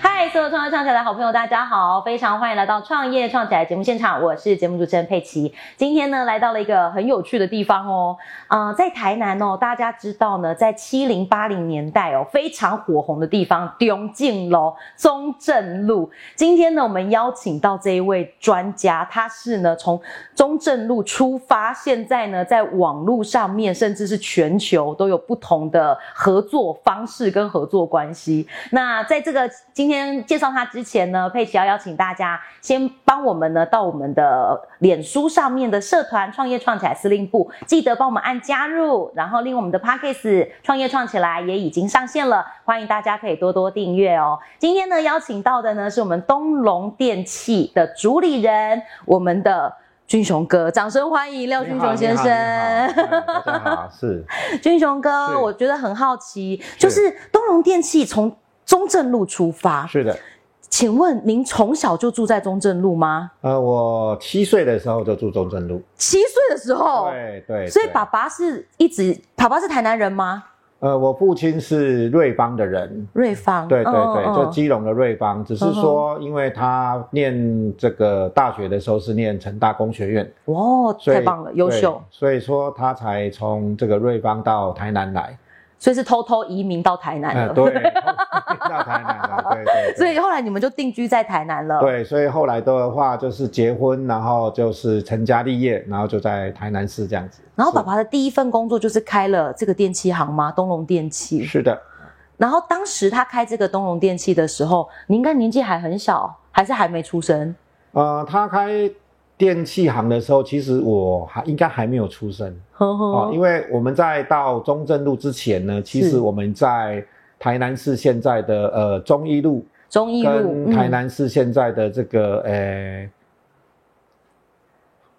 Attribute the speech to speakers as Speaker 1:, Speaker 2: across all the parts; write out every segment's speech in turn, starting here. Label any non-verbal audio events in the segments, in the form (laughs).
Speaker 1: 嗨，所有创业创起来的好朋友，大家好，非常欢迎来到《创业创起来》节目现场，我是节目主持人佩奇。今天呢，来到了一个很有趣的地方哦，嗯、在台南哦，大家知道呢，在七零八零年代哦，非常火红的地方，永靖楼、中正路。今天呢，我们邀请到这一位专家，他是呢从中正路出发，现在呢在网络上面，甚至是全球都有不同的合作方式跟合作关系。那在这个今天介绍他之前呢，佩奇要邀请大家先帮我们呢到我们的呃脸书上面的社团“创业创起来司令部”，记得帮我们按加入，然后另外我们的 p o d c a s 创业创起来”也已经上线了，欢迎大家可以多多订阅哦。今天呢邀请到的呢是我们东龙电器的主理人，我们的。俊雄哥，掌声欢迎廖俊雄先生。
Speaker 2: 你好你好你好大家好，是
Speaker 1: 君雄哥
Speaker 2: 是，
Speaker 1: 我觉得很好奇，就是东龙电器从中正路出发，
Speaker 2: 是的，
Speaker 1: 请问您从小就住在中正路吗？
Speaker 2: 呃，我七岁的时候就住中正路，
Speaker 1: 七岁的时候，
Speaker 2: 对对，
Speaker 1: 哦所以
Speaker 2: 对
Speaker 1: 爸爸是一直，爸爸是台南人吗？
Speaker 2: 呃，我父亲是瑞邦的人，
Speaker 1: 瑞芳，
Speaker 2: 对对对，
Speaker 1: 嗯嗯
Speaker 2: 就
Speaker 1: 嗯
Speaker 2: 基隆的瑞邦，只是说因为他念这个大学的时候是念成大工学院，
Speaker 1: 哇，
Speaker 2: 所以
Speaker 1: 太棒了，优秀
Speaker 2: 对，所以说他才从这个瑞邦到台南来，
Speaker 1: 所以是偷偷移民到台南
Speaker 2: 呃
Speaker 1: 了。
Speaker 2: 对， (laughs) 到台南来，对对，对
Speaker 1: (laughs) 所以后来你们就定居在台南了。，
Speaker 2: 对，所以后来的话就是结婚，然后就是成家立业，然后就在台南市这样子。
Speaker 1: 然后爸爸的第一份工作就是开了这个电器行吗？东龙电
Speaker 2: 是
Speaker 1: 器。
Speaker 2: 是的，
Speaker 1: 然后当时他开这个东龙电器的时候，你应该年纪还很小，还是还没出生？
Speaker 2: 呃，他开电器行的时候，其实我还应该还没有出生
Speaker 1: 呵呵
Speaker 2: 哦，因为我们在到中正路之前呢，其
Speaker 1: 是
Speaker 2: 实我们在台南市现在的呃中一路
Speaker 1: 中义路
Speaker 2: 跟台、南市现在的这个呃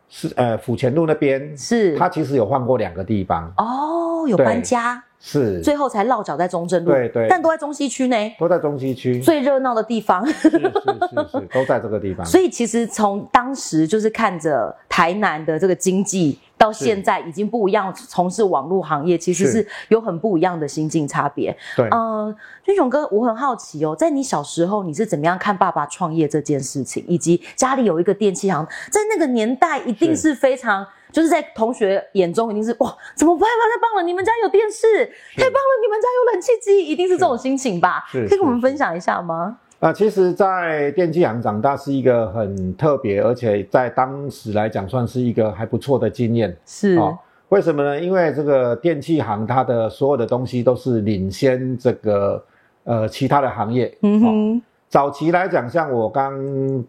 Speaker 2: 是呃府前路那边
Speaker 1: 嗯、，是
Speaker 2: 它其实有换过两个地方，
Speaker 1: 哦，有
Speaker 2: 对
Speaker 1: 搬家，
Speaker 2: 是
Speaker 1: 最后才落脚在中正路，
Speaker 2: 对对
Speaker 1: 但都在中西区呢，
Speaker 2: 都在中西区，
Speaker 1: 最热闹的地
Speaker 2: (laughs)
Speaker 1: 方。
Speaker 2: 是是是是，都在这个地方。
Speaker 1: 所以其实从当时就是看着台南的这个经济，到现在已经不一样，从事网络行业其实
Speaker 2: 是
Speaker 1: 是有很不一样的心境差别。
Speaker 2: 对，
Speaker 1: 呃，俊雄哥，我很好奇哦，在你小时候你是怎么样看爸爸创业这件事情，以及家里有一个电器行，在那个年代一定是非常，就是在同学眼中一定是哇，怎么办吧，太棒了，你们家有电视，太棒了，你们家有冷气机，一定是这种心情吧？
Speaker 2: 是
Speaker 1: 可以跟我们
Speaker 2: 是
Speaker 1: 分享一下吗？
Speaker 2: 啊，其实，在电器行长大是一个很特别，而且在当时来讲算是一个还不错的经验
Speaker 1: 是，
Speaker 2: 哦。为什么呢？因为这个电器行它的所有的东西都是领先这个呃其他的行业。
Speaker 1: 嗯
Speaker 2: 哦
Speaker 1: 哼，
Speaker 2: 早期来讲，像我刚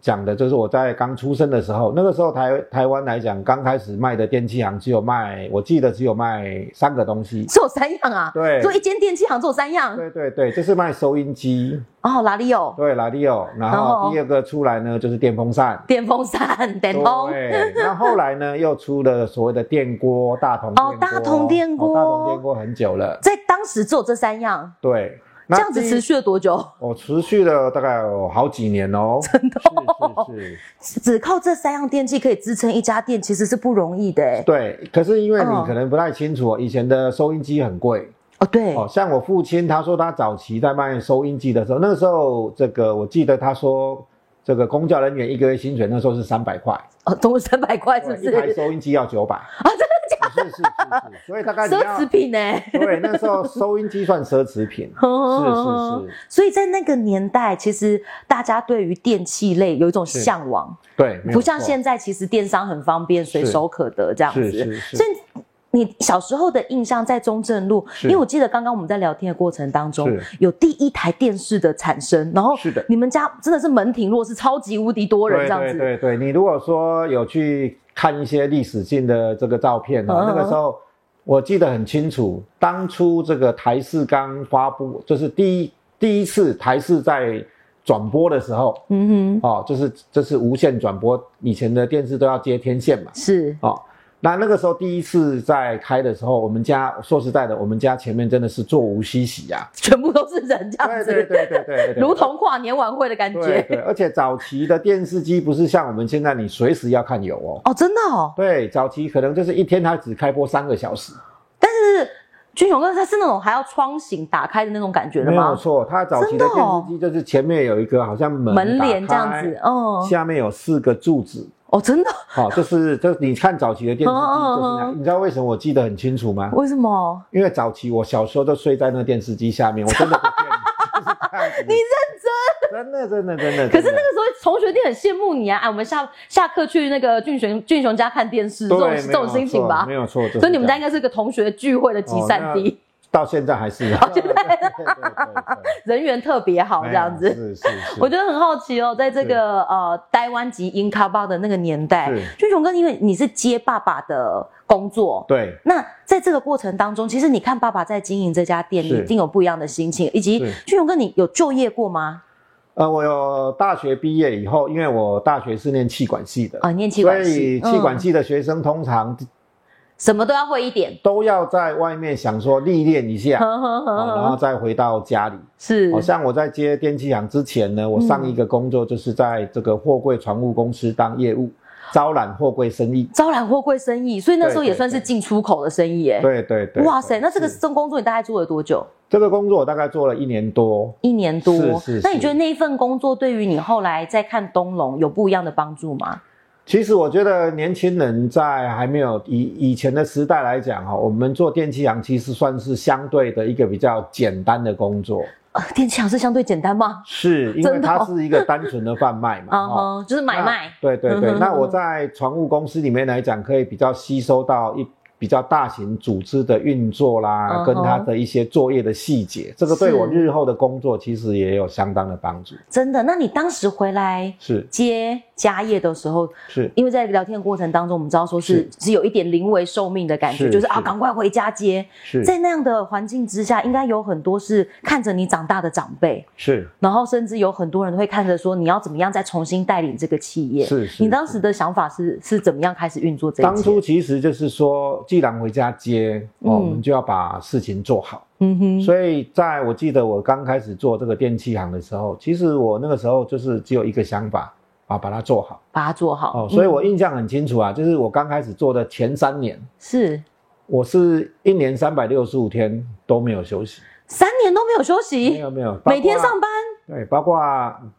Speaker 2: 讲的，就是我在刚出生的时候，那个时候台台湾来讲，刚开始卖的电器行只有卖，我记得只有卖三个东西。
Speaker 1: 只有三样啊，
Speaker 2: 对
Speaker 1: 就一间电器行只有三样，
Speaker 2: 对对对，就是卖收音机，
Speaker 1: 哦，哪里有
Speaker 2: 对，拉力哦，然
Speaker 1: 然后
Speaker 2: 后第二个出来呢就是电风扇，
Speaker 1: 电风扇、电风，
Speaker 2: 对，那后来呢又出了所谓的电锅、大同电锅
Speaker 1: 哦大同电锅
Speaker 2: 哦大同电锅很久了，
Speaker 1: 在当时只有这三样，
Speaker 2: 对，
Speaker 1: 这样子
Speaker 2: 第一
Speaker 1: 持，续了多久？
Speaker 2: 我持续了大概有好几年哦，真的、是是是，
Speaker 1: 只靠这三样电器可以支撑一家店，其实是不容易的、欸。
Speaker 2: 对，可是因为你
Speaker 1: 嗯
Speaker 2: 可能不太清楚，以前的收音机很贵
Speaker 1: 哦，对，
Speaker 2: 哦，像我父亲他说他早期在卖收音机的时候，那个时候这个我记得他说。这个公教人员一个月薪水那时候是三百块，
Speaker 1: 哦，总共三百块，是不
Speaker 2: 一
Speaker 1: 是？
Speaker 2: 台收音机要九百啊，真的假的？是是是是，所以大概你啊
Speaker 1: 奢
Speaker 2: 要
Speaker 1: 侈品呢、欸？，
Speaker 2: 对，那时候收音机算奢侈品
Speaker 1: (laughs) 哦
Speaker 2: 是是是，
Speaker 1: 所以在那个年代，其实大家对于电器类有一种向往，
Speaker 2: 对，没有
Speaker 1: 不像
Speaker 2: 错
Speaker 1: 现在，其实电商很方便，随手可得这样
Speaker 2: 是
Speaker 1: 子。
Speaker 2: 是是
Speaker 1: 所以你小时候的印象在中正路，
Speaker 2: 是
Speaker 1: 因为我记得刚刚我们在聊天的过程当中
Speaker 2: 是，
Speaker 1: 有第一台电视的产生，然后
Speaker 2: 是的
Speaker 1: 你们家真的是门庭若市，超级无敌多人
Speaker 2: 对
Speaker 1: 这样
Speaker 2: 对
Speaker 1: 子。
Speaker 2: 对对，你如果说有去看一些历史性的这个照片
Speaker 1: 嗯
Speaker 2: 哦，那个时候我记得很清楚，当初这个台视刚发布，就是第一第一次台视在转播的时候，
Speaker 1: 嗯
Speaker 2: 哦，就是这是无线转播，以前的电视都要接天线嘛
Speaker 1: 哼，，是
Speaker 2: 哦。那那个时候第一次在开的时候，我们家说实在的，我们家前面真的是座无虚席呀、
Speaker 1: 全部啊都是人这样
Speaker 2: 对
Speaker 1: 子，
Speaker 2: 对对对对，对
Speaker 1: 如同跨年晚会的感
Speaker 2: 对
Speaker 1: 觉。
Speaker 2: 对，而且早期的电视机不是像我们现在你随时要看有哦。
Speaker 1: 哦，真的哦，
Speaker 2: 对，早期可能就是一天它只开播三个小时，
Speaker 1: 但是军雄哥它是那种还要窗型打开的那种感觉的
Speaker 2: 没有
Speaker 1: 吗？
Speaker 2: 错，它早期
Speaker 1: 真
Speaker 2: 的
Speaker 1: 的
Speaker 2: 电
Speaker 1: 哦
Speaker 2: 视机就是前面有一个好像门
Speaker 1: 门帘这
Speaker 2: 打
Speaker 1: 样
Speaker 2: 开
Speaker 1: 子，，嗯，
Speaker 2: 下面有四个柱子，
Speaker 1: 哦，真的？
Speaker 2: 好、就是就是你看早期的电视机就是那
Speaker 1: 嗯嗯嗯
Speaker 2: 样。你知道为什么我记得很清楚吗？
Speaker 1: 为什么？
Speaker 2: 因为早期我小时候就睡在那电视机下面，我真的不骗你， (laughs) 就是这样子
Speaker 1: 你
Speaker 2: 真的真的真的。
Speaker 1: 可是
Speaker 2: 真
Speaker 1: 那
Speaker 2: 的
Speaker 1: 个时候同学一定很羡慕你啊！哎，我们下下课去那个俊雄俊雄家看电视，这种
Speaker 2: 对
Speaker 1: 这种心情吧
Speaker 2: 没。有错没有错，就是
Speaker 1: 所以你们
Speaker 2: 这
Speaker 1: 家
Speaker 2: 样哦
Speaker 1: 应该是个同学聚会的集散地，
Speaker 2: 到现在还是到现在对对
Speaker 1: 人缘特别 (laughs) 好
Speaker 2: 对
Speaker 1: 这样子。
Speaker 2: 是是是，
Speaker 1: 我觉得很好奇哦，在这个呃台湾籍 i n c a b a 的那个年代
Speaker 2: 是，
Speaker 1: 俊雄哥，因为你是接爸爸的工作，
Speaker 2: 对
Speaker 1: 那在这个过程当中，其实你看爸爸在经营这家店，你
Speaker 2: 是
Speaker 1: 一定有不一样的心情，以及
Speaker 2: 是
Speaker 1: 俊雄哥，你有就业过吗？
Speaker 2: 呃，我有大学毕业以后，因为我大学是念气管系的，
Speaker 1: 啊，念气管
Speaker 2: 所
Speaker 1: 系
Speaker 2: 以，气管
Speaker 1: 嗯
Speaker 2: 系的学生通常
Speaker 1: 什么都要会一点，
Speaker 2: 都要在外面想说历练一下，
Speaker 1: 呵呵
Speaker 2: 哦
Speaker 1: 呵
Speaker 2: 然后
Speaker 1: 呵，
Speaker 2: 再回到家里。
Speaker 1: 是嗯
Speaker 2: 好、像我在接电器行之前呢，我上一个工作就是在这个货柜船务公司当业务，招揽货柜生意。
Speaker 1: 招揽货柜生意，所以那时候
Speaker 2: 对对
Speaker 1: 也算是
Speaker 2: 对
Speaker 1: 进出口的生意耶。
Speaker 2: 对对对。
Speaker 1: 哇塞，那这个
Speaker 2: 是
Speaker 1: 份工作你大概做了多久？
Speaker 2: 这个工作我大概做了一年多。
Speaker 1: 一年多
Speaker 2: 是是。
Speaker 1: 那你
Speaker 2: 是
Speaker 1: 觉得那一份工作对于你后来在看东龙有不一样的帮助吗？
Speaker 2: 其实我觉得年轻人在还没有以以前的时代来讲哈、哦，我们做电器行其实算是相对的一个比较简单的工作，
Speaker 1: 呃，电器行是相对简单吗？
Speaker 2: 是因为
Speaker 1: 真的哦
Speaker 2: 它是一个单纯的贩卖嘛。
Speaker 1: (laughs) 啊
Speaker 2: 哦
Speaker 1: 哈，就是买卖。
Speaker 2: 那对对
Speaker 1: 嗯
Speaker 2: 对，
Speaker 1: 哼
Speaker 2: 那我在船务公司里面来讲，可以比较吸收到一比较大型组织的运作
Speaker 1: 嗯
Speaker 2: 啦，
Speaker 1: 哼
Speaker 2: 跟它的一些作业的细节，这个对
Speaker 1: 是
Speaker 2: 我日后的工作其实也有相当的帮助。
Speaker 1: 真的？那你当时回来
Speaker 2: 是
Speaker 1: 接家业的时候，
Speaker 2: 是，
Speaker 1: 因为在聊天的过程当中，我们知道说是是有一点临危受命的感觉，
Speaker 2: 是
Speaker 1: 就是啊，
Speaker 2: 是
Speaker 1: 赶快回家接。
Speaker 2: 是
Speaker 1: 在那样的环境之下，应该有很多是看着你长大的长辈。
Speaker 2: 是
Speaker 1: 然后甚至有很多人会看着说你要怎么样再重新带领这个企业。
Speaker 2: 是是
Speaker 1: 你当时的想法是是怎么样开始运作这一切？
Speaker 2: 当初其实就是说，既然回家接，
Speaker 1: 嗯
Speaker 2: 哦我们就要把事情做好。
Speaker 1: 嗯哼，
Speaker 2: 所以，在我记得我刚开始做这个电器行的时候，其实我那个时候就是只有一个想法啊，把它做好。
Speaker 1: 把它做好。
Speaker 2: 哦，所以
Speaker 1: 嗯
Speaker 2: 我印象很清楚啊，就是我刚开始做的前三年，
Speaker 1: 是
Speaker 2: 我是一年三百六十五天都没有休息，
Speaker 1: 三年都没有休
Speaker 2: 没
Speaker 1: 息
Speaker 2: 有，没有，包括
Speaker 1: 每天上班，
Speaker 2: 对，包括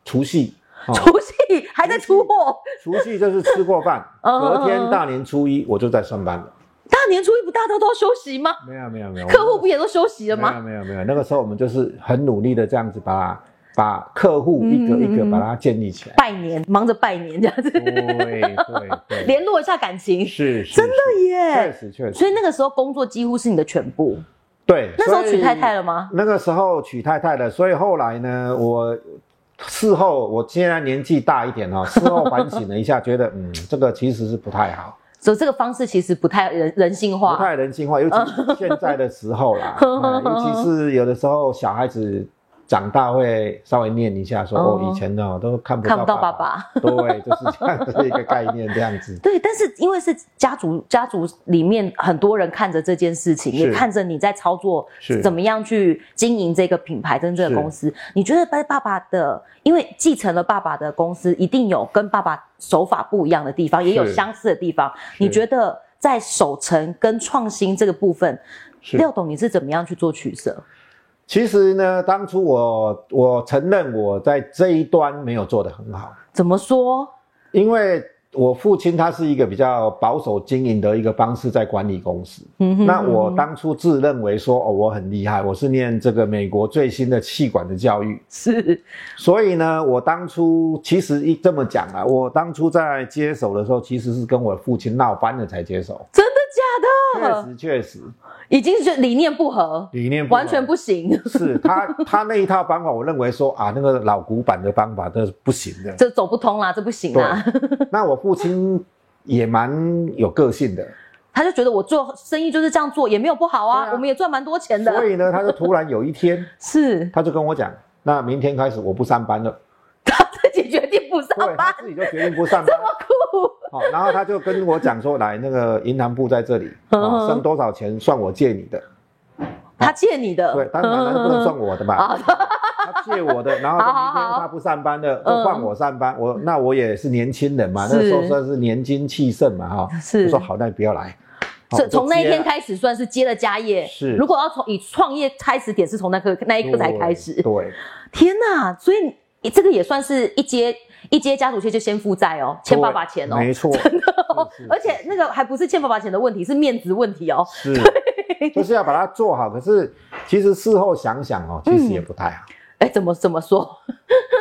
Speaker 2: 除夕，哦
Speaker 1: 除夕还在出货。
Speaker 2: 除夕就是吃过
Speaker 1: (laughs)
Speaker 2: 饭，
Speaker 1: 嗯嗯嗯
Speaker 2: 隔天大年初一我就在上班了。
Speaker 1: 大年初一不大家都要休息吗？
Speaker 2: 没有没有没有，
Speaker 1: 客户不也都休息了吗？
Speaker 2: 哦没有没有没有，那个时候我们就是很努力的这样子把把客户一个一个
Speaker 1: 嗯
Speaker 2: 把它建立
Speaker 1: (laughs)
Speaker 2: 起来。
Speaker 1: 拜年，忙着拜年这样子，
Speaker 2: 对对对，
Speaker 1: 联络一下感情。
Speaker 2: 是真的确
Speaker 1: 耶！
Speaker 2: 实确实
Speaker 1: 所以那个时候工作几乎是你的全部。
Speaker 2: 对。
Speaker 1: 那时候娶太太
Speaker 2: 了，
Speaker 1: 了吗？
Speaker 2: 那个时候娶太太了，所以后来呢，我事后我现在年纪大一点
Speaker 1: (laughs)
Speaker 2: 哦，事后反省了一下，觉得嗯，这个其实是不太好，
Speaker 1: 所以这个方式其实不太人人性
Speaker 2: 不
Speaker 1: 化。
Speaker 2: 太人性化，尤其是现在的时候
Speaker 1: (laughs)
Speaker 2: 啦，哎尤其是有的时候小孩子。长大会稍微念一下说，
Speaker 1: 哦
Speaker 2: 哦，以前呢都看不
Speaker 1: 看不到
Speaker 2: 到
Speaker 1: 爸
Speaker 2: 爸爸，
Speaker 1: 爸。
Speaker 2: 对，就是这样子的一个概念，这样子。
Speaker 1: 对，但是因为是家族家族里面很多人看着这件事情，也
Speaker 2: 是
Speaker 1: 看着你在操作
Speaker 2: 是
Speaker 1: 怎么样去经营这个品牌跟这个
Speaker 2: 是
Speaker 1: 公司。你觉得在爸爸的，因为继承了爸爸的公司，一定有跟爸爸手法不一样的地方，也有
Speaker 2: 是
Speaker 1: 相似的地方。 (laughs) 你觉得在守成跟创新这个部分，
Speaker 2: 是
Speaker 1: 廖董你是怎么样去做取舍？
Speaker 2: 其实呢，当初我我承认我在这一端没有做得很好，
Speaker 1: 怎么说？
Speaker 2: 因为我父亲他是一个比较保守经营的一个方式在管理公司。
Speaker 1: 嗯哼
Speaker 2: 那我当初自认为说哦，我很厉害，我是念这个美国最新的气管的教育，
Speaker 1: (laughs) 是
Speaker 2: 所以呢，我当初其实一这么讲啊，我当初在接手的时候，其实是跟我父亲闹翻了才接手，
Speaker 1: 真的
Speaker 2: 确
Speaker 1: 假的？
Speaker 2: 实确实
Speaker 1: 已经是理念不合，
Speaker 2: 理念合
Speaker 1: 完全不行。 (laughs)
Speaker 2: 是他他那一套方法，我认为说啊，那个老古板的方法这是不行
Speaker 1: (laughs)
Speaker 2: 的。
Speaker 1: 这走不通啦，这不行啦。
Speaker 2: 那我父亲也蛮有个性的，
Speaker 1: (laughs) 他就觉得我做生意就是这样做，也没有不好啊，
Speaker 2: 对啊
Speaker 1: 我们也赚蛮多钱
Speaker 2: 所
Speaker 1: 的。啊
Speaker 2: 以呢，他就突然有一天，
Speaker 1: 是 (laughs)
Speaker 2: 他就跟我讲，那明天开始我不上班了。
Speaker 1: 他自己决定不
Speaker 2: 对
Speaker 1: 上
Speaker 2: 他
Speaker 1: 班，
Speaker 2: 自己就决定不上班。
Speaker 1: 酷，
Speaker 2: 好、然后他就跟我讲说，来，那个银行部在这里，
Speaker 1: 嗯
Speaker 2: 哦、剩多少钱算我借你的。
Speaker 1: (laughs) 他借你的。
Speaker 2: 对，当然那不能算我的嘛。
Speaker 1: 啊，
Speaker 2: 他借我的，然后明
Speaker 1: 好好好
Speaker 2: 天他不上班了，
Speaker 1: 嗯
Speaker 2: 就换我上班。我那我也是年轻人嘛，那
Speaker 1: 是
Speaker 2: 时候算是年轻气盛嘛，哈、
Speaker 1: 是
Speaker 2: 我说好，那你不要来。哦
Speaker 1: 所以从那一天
Speaker 2: 就接了
Speaker 1: 开始算是接了家业。
Speaker 2: 是
Speaker 1: 如果要从以创业开始点，是从那刻那一刻才开始。
Speaker 2: 对，
Speaker 1: 天哪！所以你这个也算是一接一接家族业就先负债哦，欠爸爸钱哦，
Speaker 2: 没错，
Speaker 1: (laughs) 真的哦
Speaker 2: 是是。
Speaker 1: 而且那个还不是欠爸爸钱的问题，是面子问题哦。
Speaker 2: 是，就是要把它做好。可是其实事后想想哦，
Speaker 1: 嗯
Speaker 2: 其实也不
Speaker 1: (laughs)
Speaker 2: 太好。
Speaker 1: 哎，怎么怎么说？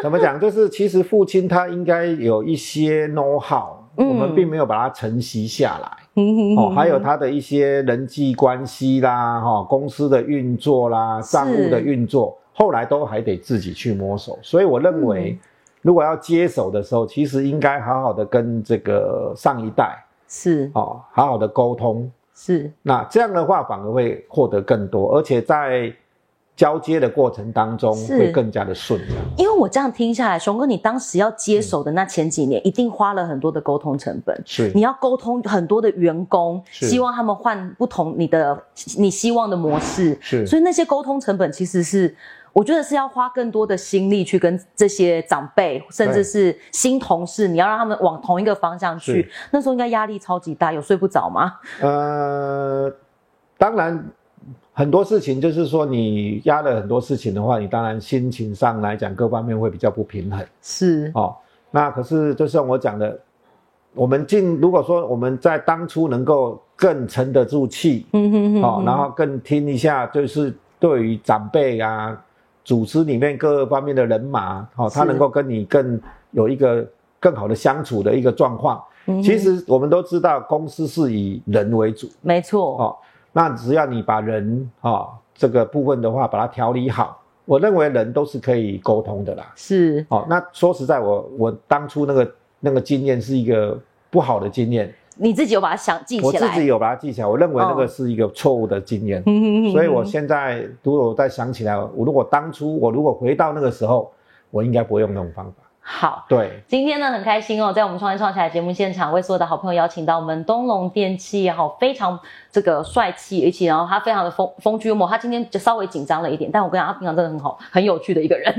Speaker 2: 怎么讲？就是其实父亲他应该有一些 know how，、
Speaker 1: 嗯
Speaker 2: 我们并没有把它承袭下来。哦，
Speaker 1: 哦
Speaker 2: 还有他的一些人际关系啦，哈、公司的运作啦，
Speaker 1: 是
Speaker 2: 账务的运作，后来都还得自己去摸索。所以我认为，
Speaker 1: 嗯
Speaker 2: 如果要接手的时候，其实应该好好的跟这个上一代
Speaker 1: (laughs) 是
Speaker 2: 哦，好好的沟通。
Speaker 1: 是
Speaker 2: 那这样的话，反而会获得更多，而且在交接的过程当中
Speaker 1: 是
Speaker 2: 会更加的顺畅。
Speaker 1: 因为我这样听下来，熊哥，你当时要接手的那前几年，一定花了很多的沟通成本。
Speaker 2: 是
Speaker 1: 你要沟通很多的员工，
Speaker 2: 是
Speaker 1: 希望他们换不同你的你希望的模式，
Speaker 2: 是
Speaker 1: 所以那些沟通成本其实是。我觉得是要花更多的心力去跟这些长辈，甚至是新同事，你要让他们往同一个方向去
Speaker 2: 是。
Speaker 1: 那时候应该压力超级大，有睡不着吗？
Speaker 2: 呃，当然很多事情就是说，你压了很多事情的话，你当然心情上来讲各方面会比较不平衡
Speaker 1: 是，
Speaker 2: 哦。那可是就像我讲的，我们尽如果说我们在当初能够更沉得住气
Speaker 1: 嗯哼哼
Speaker 2: 哦，
Speaker 1: 哼
Speaker 2: 然后更听一下，就是对于长辈啊、组织里面各方面的人马哦，他
Speaker 1: 是
Speaker 2: 能够跟你更有一个更好的相处的一个状况。
Speaker 1: 嗯哼
Speaker 2: 其实我们都知道，公司是以人为主。
Speaker 1: 没错，
Speaker 2: 哦，那只要你把人哦、这个部分的话，把它调理好，我认为人都是可以沟通的啦。
Speaker 1: 是
Speaker 2: 哦，那说实在我，我当初那个那个经验是一个不好的经验，
Speaker 1: 你自己有把它想记
Speaker 2: 我
Speaker 1: 起
Speaker 2: 自
Speaker 1: 来哦
Speaker 2: 己。有把它记起来，我认为那个是一个错误的经验。
Speaker 1: 嗯哼哼哼
Speaker 2: 所以我现在如果我再想起来，我如果当初我如果回到那个时候，我应该不会用那种方法。
Speaker 1: 好，
Speaker 2: 对，
Speaker 1: 今天呢很开心哦，在我们创业创起来节目现场，为所有的好朋友邀请到我们东龙电器，然后非常这个帅气，而且然后他非常的风风趣幽默，他今天就稍微紧张了一点，但我跟你讲，他平常真的很好，很有趣的一个
Speaker 2: (laughs)
Speaker 1: 人。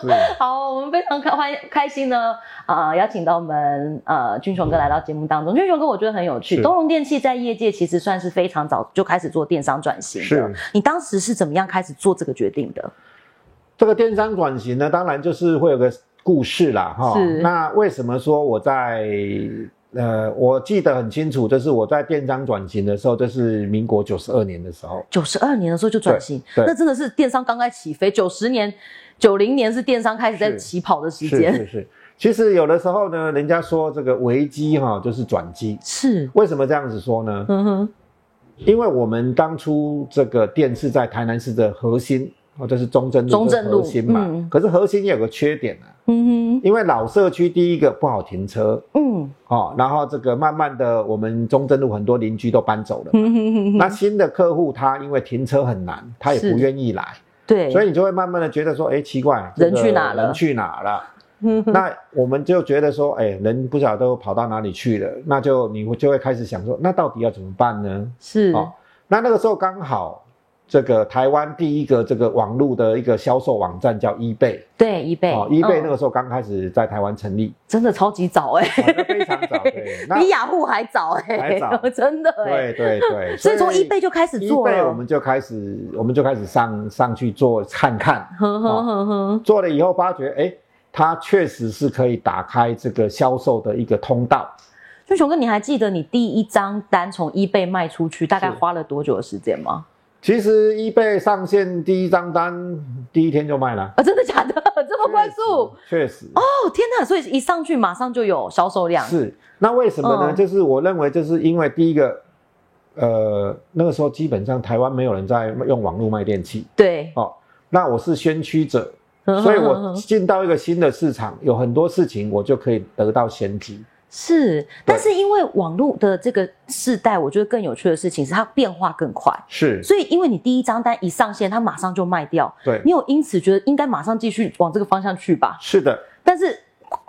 Speaker 2: 是
Speaker 1: 好，我们非常开欢开心呢，呃，邀请到我们呃俊雄哥来到节目当中。俊雄哥我觉得很有趣，
Speaker 2: 是
Speaker 1: 东龙电器在业界其实算是非常早就开始做电商转型的。
Speaker 2: 是。
Speaker 1: 你当时是怎么样开始做这个决定的？
Speaker 2: 这个电商转型呢，当然就是会有个故事啦，哈
Speaker 1: 是。
Speaker 2: 那为什么说我在呃，我记得很清楚，就是我在电商转型的时候，就是民国九十二年的时候，
Speaker 1: 九十二年的时候就转型，
Speaker 2: 对对
Speaker 1: 那真的是电商刚开始起飞。九十年、九零年是电商开始在
Speaker 2: 是
Speaker 1: 起跑的时
Speaker 2: 是
Speaker 1: 间，
Speaker 2: 是是。其实有的时候呢，人家说这个危机哈、就是转机。
Speaker 1: 是，
Speaker 2: 为什么这样子说呢？
Speaker 1: 嗯哼，
Speaker 2: 因为我们当初这个店是在台南市的核心，哦，这是中正路
Speaker 1: 中正路
Speaker 2: 这核心嘛。
Speaker 1: 嗯
Speaker 2: 可是核心也有个缺点啊，
Speaker 1: 嗯
Speaker 2: 因为老社区第一个不好停车，
Speaker 1: 哼，嗯，
Speaker 2: 哦，然后这个慢慢的，我们中正路很多邻居都搬走了。
Speaker 1: 嗯哼哼
Speaker 2: 那
Speaker 1: 哼，
Speaker 2: 新的客户他因为停车很难，他也
Speaker 1: 是
Speaker 2: 不愿意来，
Speaker 1: 对，
Speaker 2: 所
Speaker 1: 以
Speaker 2: 以你就会慢慢的觉得说，哎，奇怪，这
Speaker 1: 人
Speaker 2: 个
Speaker 1: 去哪了
Speaker 2: 人去哪
Speaker 1: (laughs)
Speaker 2: 了？那我们就觉得说，哎，人不晓得都跑到哪里去了，那就你就会开始想说，那到底要怎么办呢？
Speaker 1: 是，
Speaker 2: 哦，那那个时候刚好这个台湾第一个这个网络的一个销售网站叫 eBay，
Speaker 1: 对，嗯一倍，
Speaker 2: 哦，eBay 那
Speaker 1: 个
Speaker 2: 个时候刚开始在台湾成立，
Speaker 1: 真的超级早哎，
Speaker 2: 哦那非常早，
Speaker 1: (laughs)
Speaker 2: 对，那
Speaker 1: 比雅虎还早哎
Speaker 2: 还，早
Speaker 1: (laughs) 真的哎，
Speaker 2: 对对对，
Speaker 1: 所以从一倍就开始
Speaker 2: 一
Speaker 1: 做
Speaker 2: 倍我
Speaker 1: 了，
Speaker 2: 们就开始，我们就开始上上去做看看，
Speaker 1: 哼
Speaker 2: 哦
Speaker 1: 哼哼哼，
Speaker 2: 做了以后发觉，哎、它确实是可以打开这个销售的一个通道。
Speaker 1: 俊雄哥，你还记得你第一张单从一倍卖出去大概
Speaker 2: 是
Speaker 1: 花了多久的时间吗？
Speaker 2: 其实一倍上线第一张单第一天就卖了，
Speaker 1: 啊，真的假的？ (laughs) 这么快速？
Speaker 2: 确实
Speaker 1: 哦天哪！所以一上去马上就有销售量，
Speaker 2: 是。那为什么呢？
Speaker 1: 嗯
Speaker 2: 就是我认为，就是因为第一个，呃，那个时候基本上台湾没有人在用网络卖电器
Speaker 1: 对，
Speaker 2: 哦。那我是先驱者，
Speaker 1: 嗯
Speaker 2: 所以我进到一个新的市场，有很多事情我就可以得到先机。
Speaker 1: (laughs) 是，但是因为网络的这个世代，我觉得更有趣的事情是它变化更快，
Speaker 2: 是，
Speaker 1: 所以因为你第一张单一上线，它马上就卖掉，
Speaker 2: 对
Speaker 1: 你，有因此觉得应该马上继续往这个方向去吧？
Speaker 2: 是的，
Speaker 1: 但是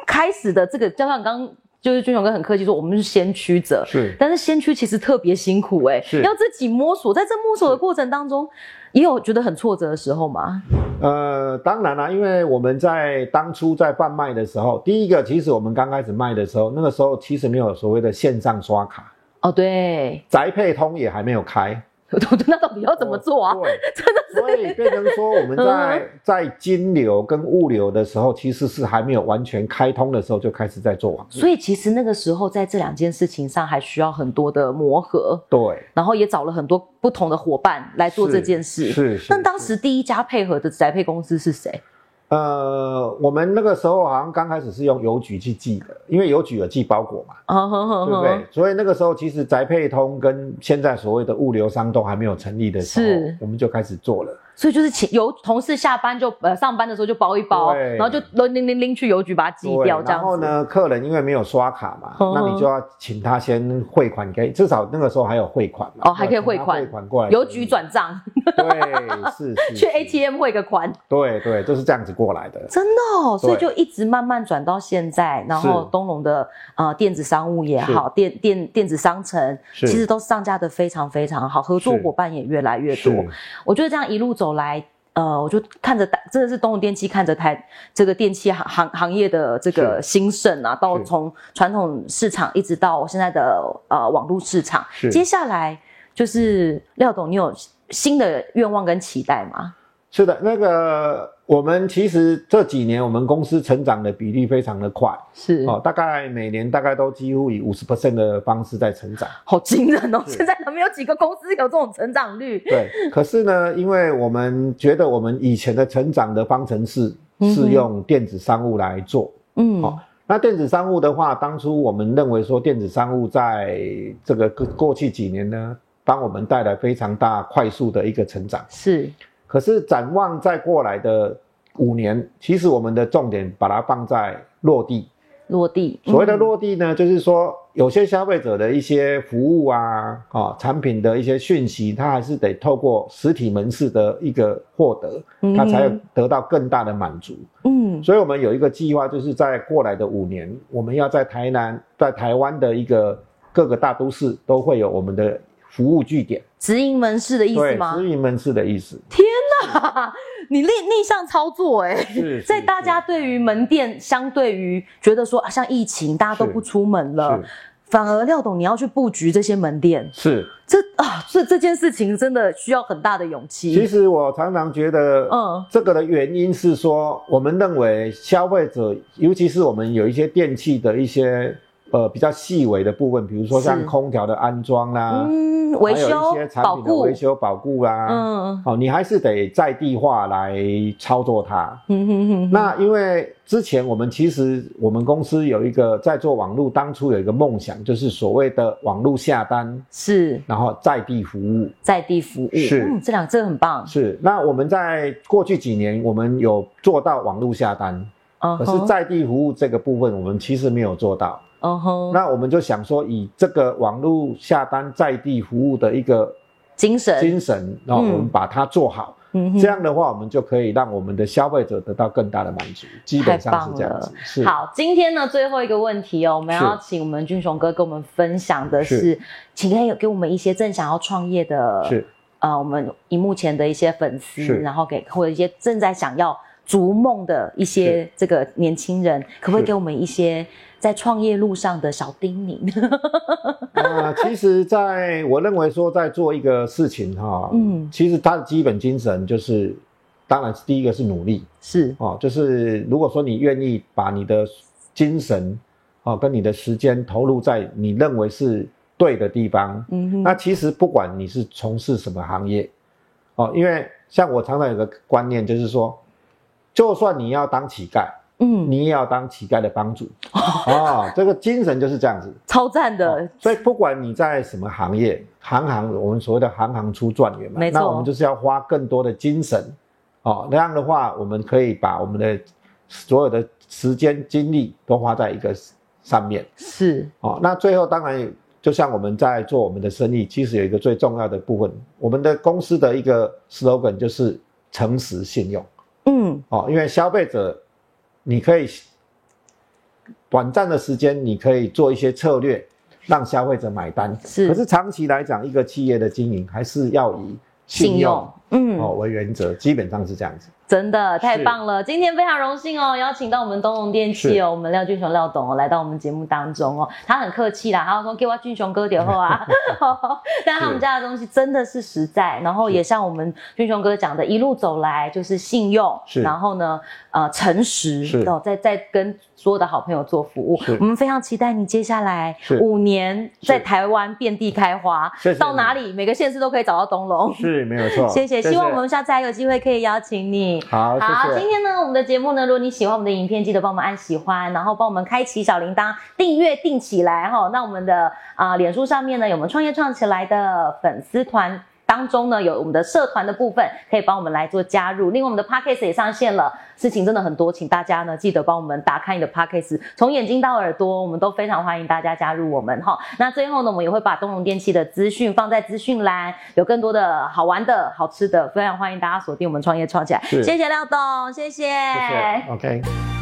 Speaker 1: 开始的这个，加上刚刚就是俊雄哥很客气说，我们是先驱者，
Speaker 2: 是
Speaker 1: 但是先驱其实特别辛苦哎、
Speaker 2: 是
Speaker 1: 要自己摸索，在这摸索的过程当中，也有觉得很挫折的时候嘛，
Speaker 2: 呃，当然啦，因为我们在当初在贩卖的时候，第一个，其实我们刚开始卖的时候，那个时候其实没有所谓的线上刷卡，
Speaker 1: 哦，对， (laughs)
Speaker 2: 宅配通也还没有开，
Speaker 1: 那到底要怎么做啊？
Speaker 2: 哦对，
Speaker 1: (laughs) 真的嗯
Speaker 2: 所以变成说我们在、在金流跟物流的时候，其实是还没有完全开通的时候就开始在做网络。
Speaker 1: 所以其实那个时候，在这两件事情上还需要很多的磨合，
Speaker 2: 对，
Speaker 1: 然后也找了很多不同的伙伴来做这件事。
Speaker 2: 是是。
Speaker 1: 但当
Speaker 2: 是
Speaker 1: 时第一家配合的宅配公司是谁？
Speaker 2: 呃，我们那个时候好像刚开始是用邮局去寄的，因为邮局有寄包裹嘛，
Speaker 1: 啊，呵呵
Speaker 2: 对
Speaker 1: 呵
Speaker 2: 不对？所以那个时候其实宅配通跟现在所谓的物流商都还没有成立的时
Speaker 1: 是
Speaker 2: 候，我们就开始做了。
Speaker 1: 所以就是请由同事下班就呃上班的时候就包一包，
Speaker 2: 对
Speaker 1: 然后就拎拎拎拎去邮局把它寄
Speaker 2: 对，
Speaker 1: 掉，这样
Speaker 2: 然
Speaker 1: 子。
Speaker 2: 后呢，客人因为没有刷卡嘛，
Speaker 1: 嗯
Speaker 2: 那你就要请他先汇款给，至少那个时候还有汇款嘛。
Speaker 1: 哦还可以汇款
Speaker 2: 汇款过来，
Speaker 1: 邮局。转账，
Speaker 2: 对，是嗯
Speaker 1: (laughs) 去
Speaker 2: 是。是
Speaker 1: ATM 汇个款，
Speaker 2: 对对，就是这样子过来的。
Speaker 1: 真的哦，所以
Speaker 2: 对
Speaker 1: 就一直慢慢转到现在，然后
Speaker 2: 是
Speaker 1: 东龙的呃电子商务也好，电电电子商城，
Speaker 2: 是
Speaker 1: 其实都上架的非常非常好，合作
Speaker 2: 是
Speaker 1: 伙伴也越来越
Speaker 2: 是
Speaker 1: 多。我觉得这样一路走来，呃，我就看着大真的是东龙电器看着台这个电器行行行业的这个
Speaker 2: 是
Speaker 1: 兴盛啊，到
Speaker 2: 是
Speaker 1: 从传统市场一直到现在的呃网络市场，
Speaker 2: 是
Speaker 1: 接下来就是廖董，你有新的愿望跟期待吗？
Speaker 2: 是的，那个我们其实这几年我们公司成长的比例非常的快
Speaker 1: 是
Speaker 2: 哦，大概每年大概都几乎以五十 percent 的方式在成长。
Speaker 1: 好惊人哦！
Speaker 2: 是
Speaker 1: 现在还没有几个公司有这种成长率。 (laughs)
Speaker 2: 对，可是呢，因为我们觉得我们以前的成长的方程式是用电子商务来做。
Speaker 1: 嗯，
Speaker 2: 好那电子商务的话，当初我们认为说电子商务在这个过过去几年呢，帮我们带来非常大快速的一个成长。
Speaker 1: 是
Speaker 2: 可是展望再过来的五年，其实我们的重点把它放在落地。
Speaker 1: 落地。
Speaker 2: 所谓的
Speaker 1: 嗯，
Speaker 2: 落地呢，就是说有些消费者的一些服务啊，哦，产品的一些讯息，它还是得透过实体门市的一个获得，
Speaker 1: 嗯
Speaker 2: 它才有得到更大的满足。
Speaker 1: 嗯，
Speaker 2: 所以我们有一个计划，就是在过来的五年，我们要在台南、在台湾的一个各个大都市都会有我们的服务据点，
Speaker 1: 直营门市的意思
Speaker 2: 对，
Speaker 1: 吗
Speaker 2: 直？营门市的意
Speaker 1: (laughs)
Speaker 2: 思。
Speaker 1: 你逆逆向操作哎、
Speaker 2: 是
Speaker 1: 在大家对于门店，相对于觉得说啊，像疫情大家都
Speaker 2: 是
Speaker 1: 不出门了，反而廖董你要去布局这些门店，
Speaker 2: 是是，
Speaker 1: 这啊，这这件事情真的需要很大的勇
Speaker 2: 其
Speaker 1: 气。
Speaker 2: 实我常常觉得，
Speaker 1: 嗯，
Speaker 2: 这个的原因是说，我们认为消费者，尤其是我们有一些电器的一些呃比较细微的部分，比如说
Speaker 1: 是
Speaker 2: 像空调的安装啦、
Speaker 1: 嗯，维
Speaker 2: 啊还有
Speaker 1: 修
Speaker 2: 一些产
Speaker 1: 保
Speaker 2: 品的
Speaker 1: 护
Speaker 2: 维，修保固啦、
Speaker 1: 嗯
Speaker 2: 哦，你还是得在地化来操作它。
Speaker 1: 嗯哼哼，
Speaker 2: 那因为之前我们其实我们公司有一个在做网络，当初有一个梦想，就是所谓的网络下单，
Speaker 1: 是
Speaker 2: 然后在地服务。
Speaker 1: 在地服务，
Speaker 2: 是
Speaker 1: 嗯，这两这个很棒。
Speaker 2: 是，那我们在过去几年，我们有做到网络下单，
Speaker 1: 嗯
Speaker 2: 可
Speaker 1: 哼，
Speaker 2: 是在地服务这个部分，我们其实没有做到。
Speaker 1: 嗯哼，
Speaker 2: 那我们就想说，以这个网络下单在地服务的一个
Speaker 1: 精神，
Speaker 2: 精神，然后
Speaker 1: 嗯
Speaker 2: 我们把它做好，
Speaker 1: 嗯哼
Speaker 2: 这样的话，我们就可以让我们的消费者得到更大的满足。基本上是这样
Speaker 1: 太棒
Speaker 2: 子。是，
Speaker 1: 好，今天呢最后一个问题哦，我们
Speaker 2: 是
Speaker 1: 要请我们俊雄哥跟我们分享的是，
Speaker 2: 是
Speaker 1: 请可以给我们一些正想要创业的，
Speaker 2: 是
Speaker 1: 呃，我们荧幕前的一些粉丝，
Speaker 2: 是
Speaker 1: 然后给或者一些正在想要逐梦的一些这个年轻人，可不可以
Speaker 2: 是
Speaker 1: 给我们一些在创业路上的小叮咛？
Speaker 2: 那其实在我认为说，在做一个事情哈，
Speaker 1: 嗯
Speaker 2: 其实它的基本精神就是，当然第一个是努力，
Speaker 1: 是
Speaker 2: 哦， (laughs) 就是如果说你愿意把你的精神哦跟你的时间投入在你认为是对的地方，
Speaker 1: 嗯哼，
Speaker 2: 那其实不管你是从事什么行业，哦，因为像我常常有个观念就是说，就算你要当乞丐，
Speaker 1: 嗯，
Speaker 2: 你也要当乞丐的帮主，哦，这个精神就是这样
Speaker 1: (laughs)
Speaker 2: 子。
Speaker 1: 超赞的，
Speaker 2: 哦所以不管你在什么行业，行行我们所谓的行行出状元嘛
Speaker 1: 没，错
Speaker 2: 那我们就是要花更多的精神，哦，那样的话，我们可以把我们的所有的时间精力都花在一个上面，
Speaker 1: 是
Speaker 2: 哦，那最后当然就像我们在做我们的生意，其实有一个最重要的部分，我们的公司的一个 slogan 就是诚实信用，
Speaker 1: 嗯
Speaker 2: 哦，因为消费者你可以短暂的时间，你可以做一些策略让消费者买单。
Speaker 1: 是
Speaker 2: 可是长期来讲，一个企业的经营还是要以
Speaker 1: 信用嗯，
Speaker 2: 哦为原则，基本上是这样子。
Speaker 1: 真的太
Speaker 2: 是
Speaker 1: 棒了！今天非常荣幸哦，邀请到我们东龙电器哦，我们廖俊雄廖董哦来到我们节目当中哦，他很客气啦，他说给我俊雄哥点后
Speaker 2: (laughs)
Speaker 1: 啊，但他们家的东西真的是实在，然后也像我们俊雄哥讲的，一路走来就是信用，
Speaker 2: 是
Speaker 1: 然后呢呃诚实，
Speaker 2: 是
Speaker 1: 然后再再跟所有的好朋友做服务
Speaker 2: 是，
Speaker 1: 我们非常期待你接下来
Speaker 2: 是
Speaker 1: 五年
Speaker 2: 是
Speaker 1: 在台湾遍地开花
Speaker 2: 谢谢，
Speaker 1: 到
Speaker 2: 你
Speaker 1: 哪里每个县市都可以找到东龙。
Speaker 2: 是没有错，
Speaker 1: 谢谢，希望我们下次还有机会可以邀请你。
Speaker 2: 好，
Speaker 1: 好，
Speaker 2: 谢
Speaker 1: 今
Speaker 2: 谢，
Speaker 1: 天呢，我们的节目呢，如果你喜欢我们的影片，记得帮我们按喜欢，然后帮我们开启小铃铛，订阅订起来哈、那我们的啊、呃脸书上面呢，有我们创业创起来的粉丝团。当中呢，有我们的社团的部分，可以帮我们来做加入。另外，我们的 podcast 也上线了，事情真的很多，请大家呢记得帮我们打开你的 podcast，从眼睛到耳朵，我们都非常欢迎大家加入我们哈。那最后呢，我们也会把东龙电器的资讯放在资讯栏，有更多的好玩的好吃的，非常欢迎大家锁定我们创业创起来。
Speaker 2: 是
Speaker 1: 谢谢廖董，谢谢。
Speaker 2: 谢谢，OK。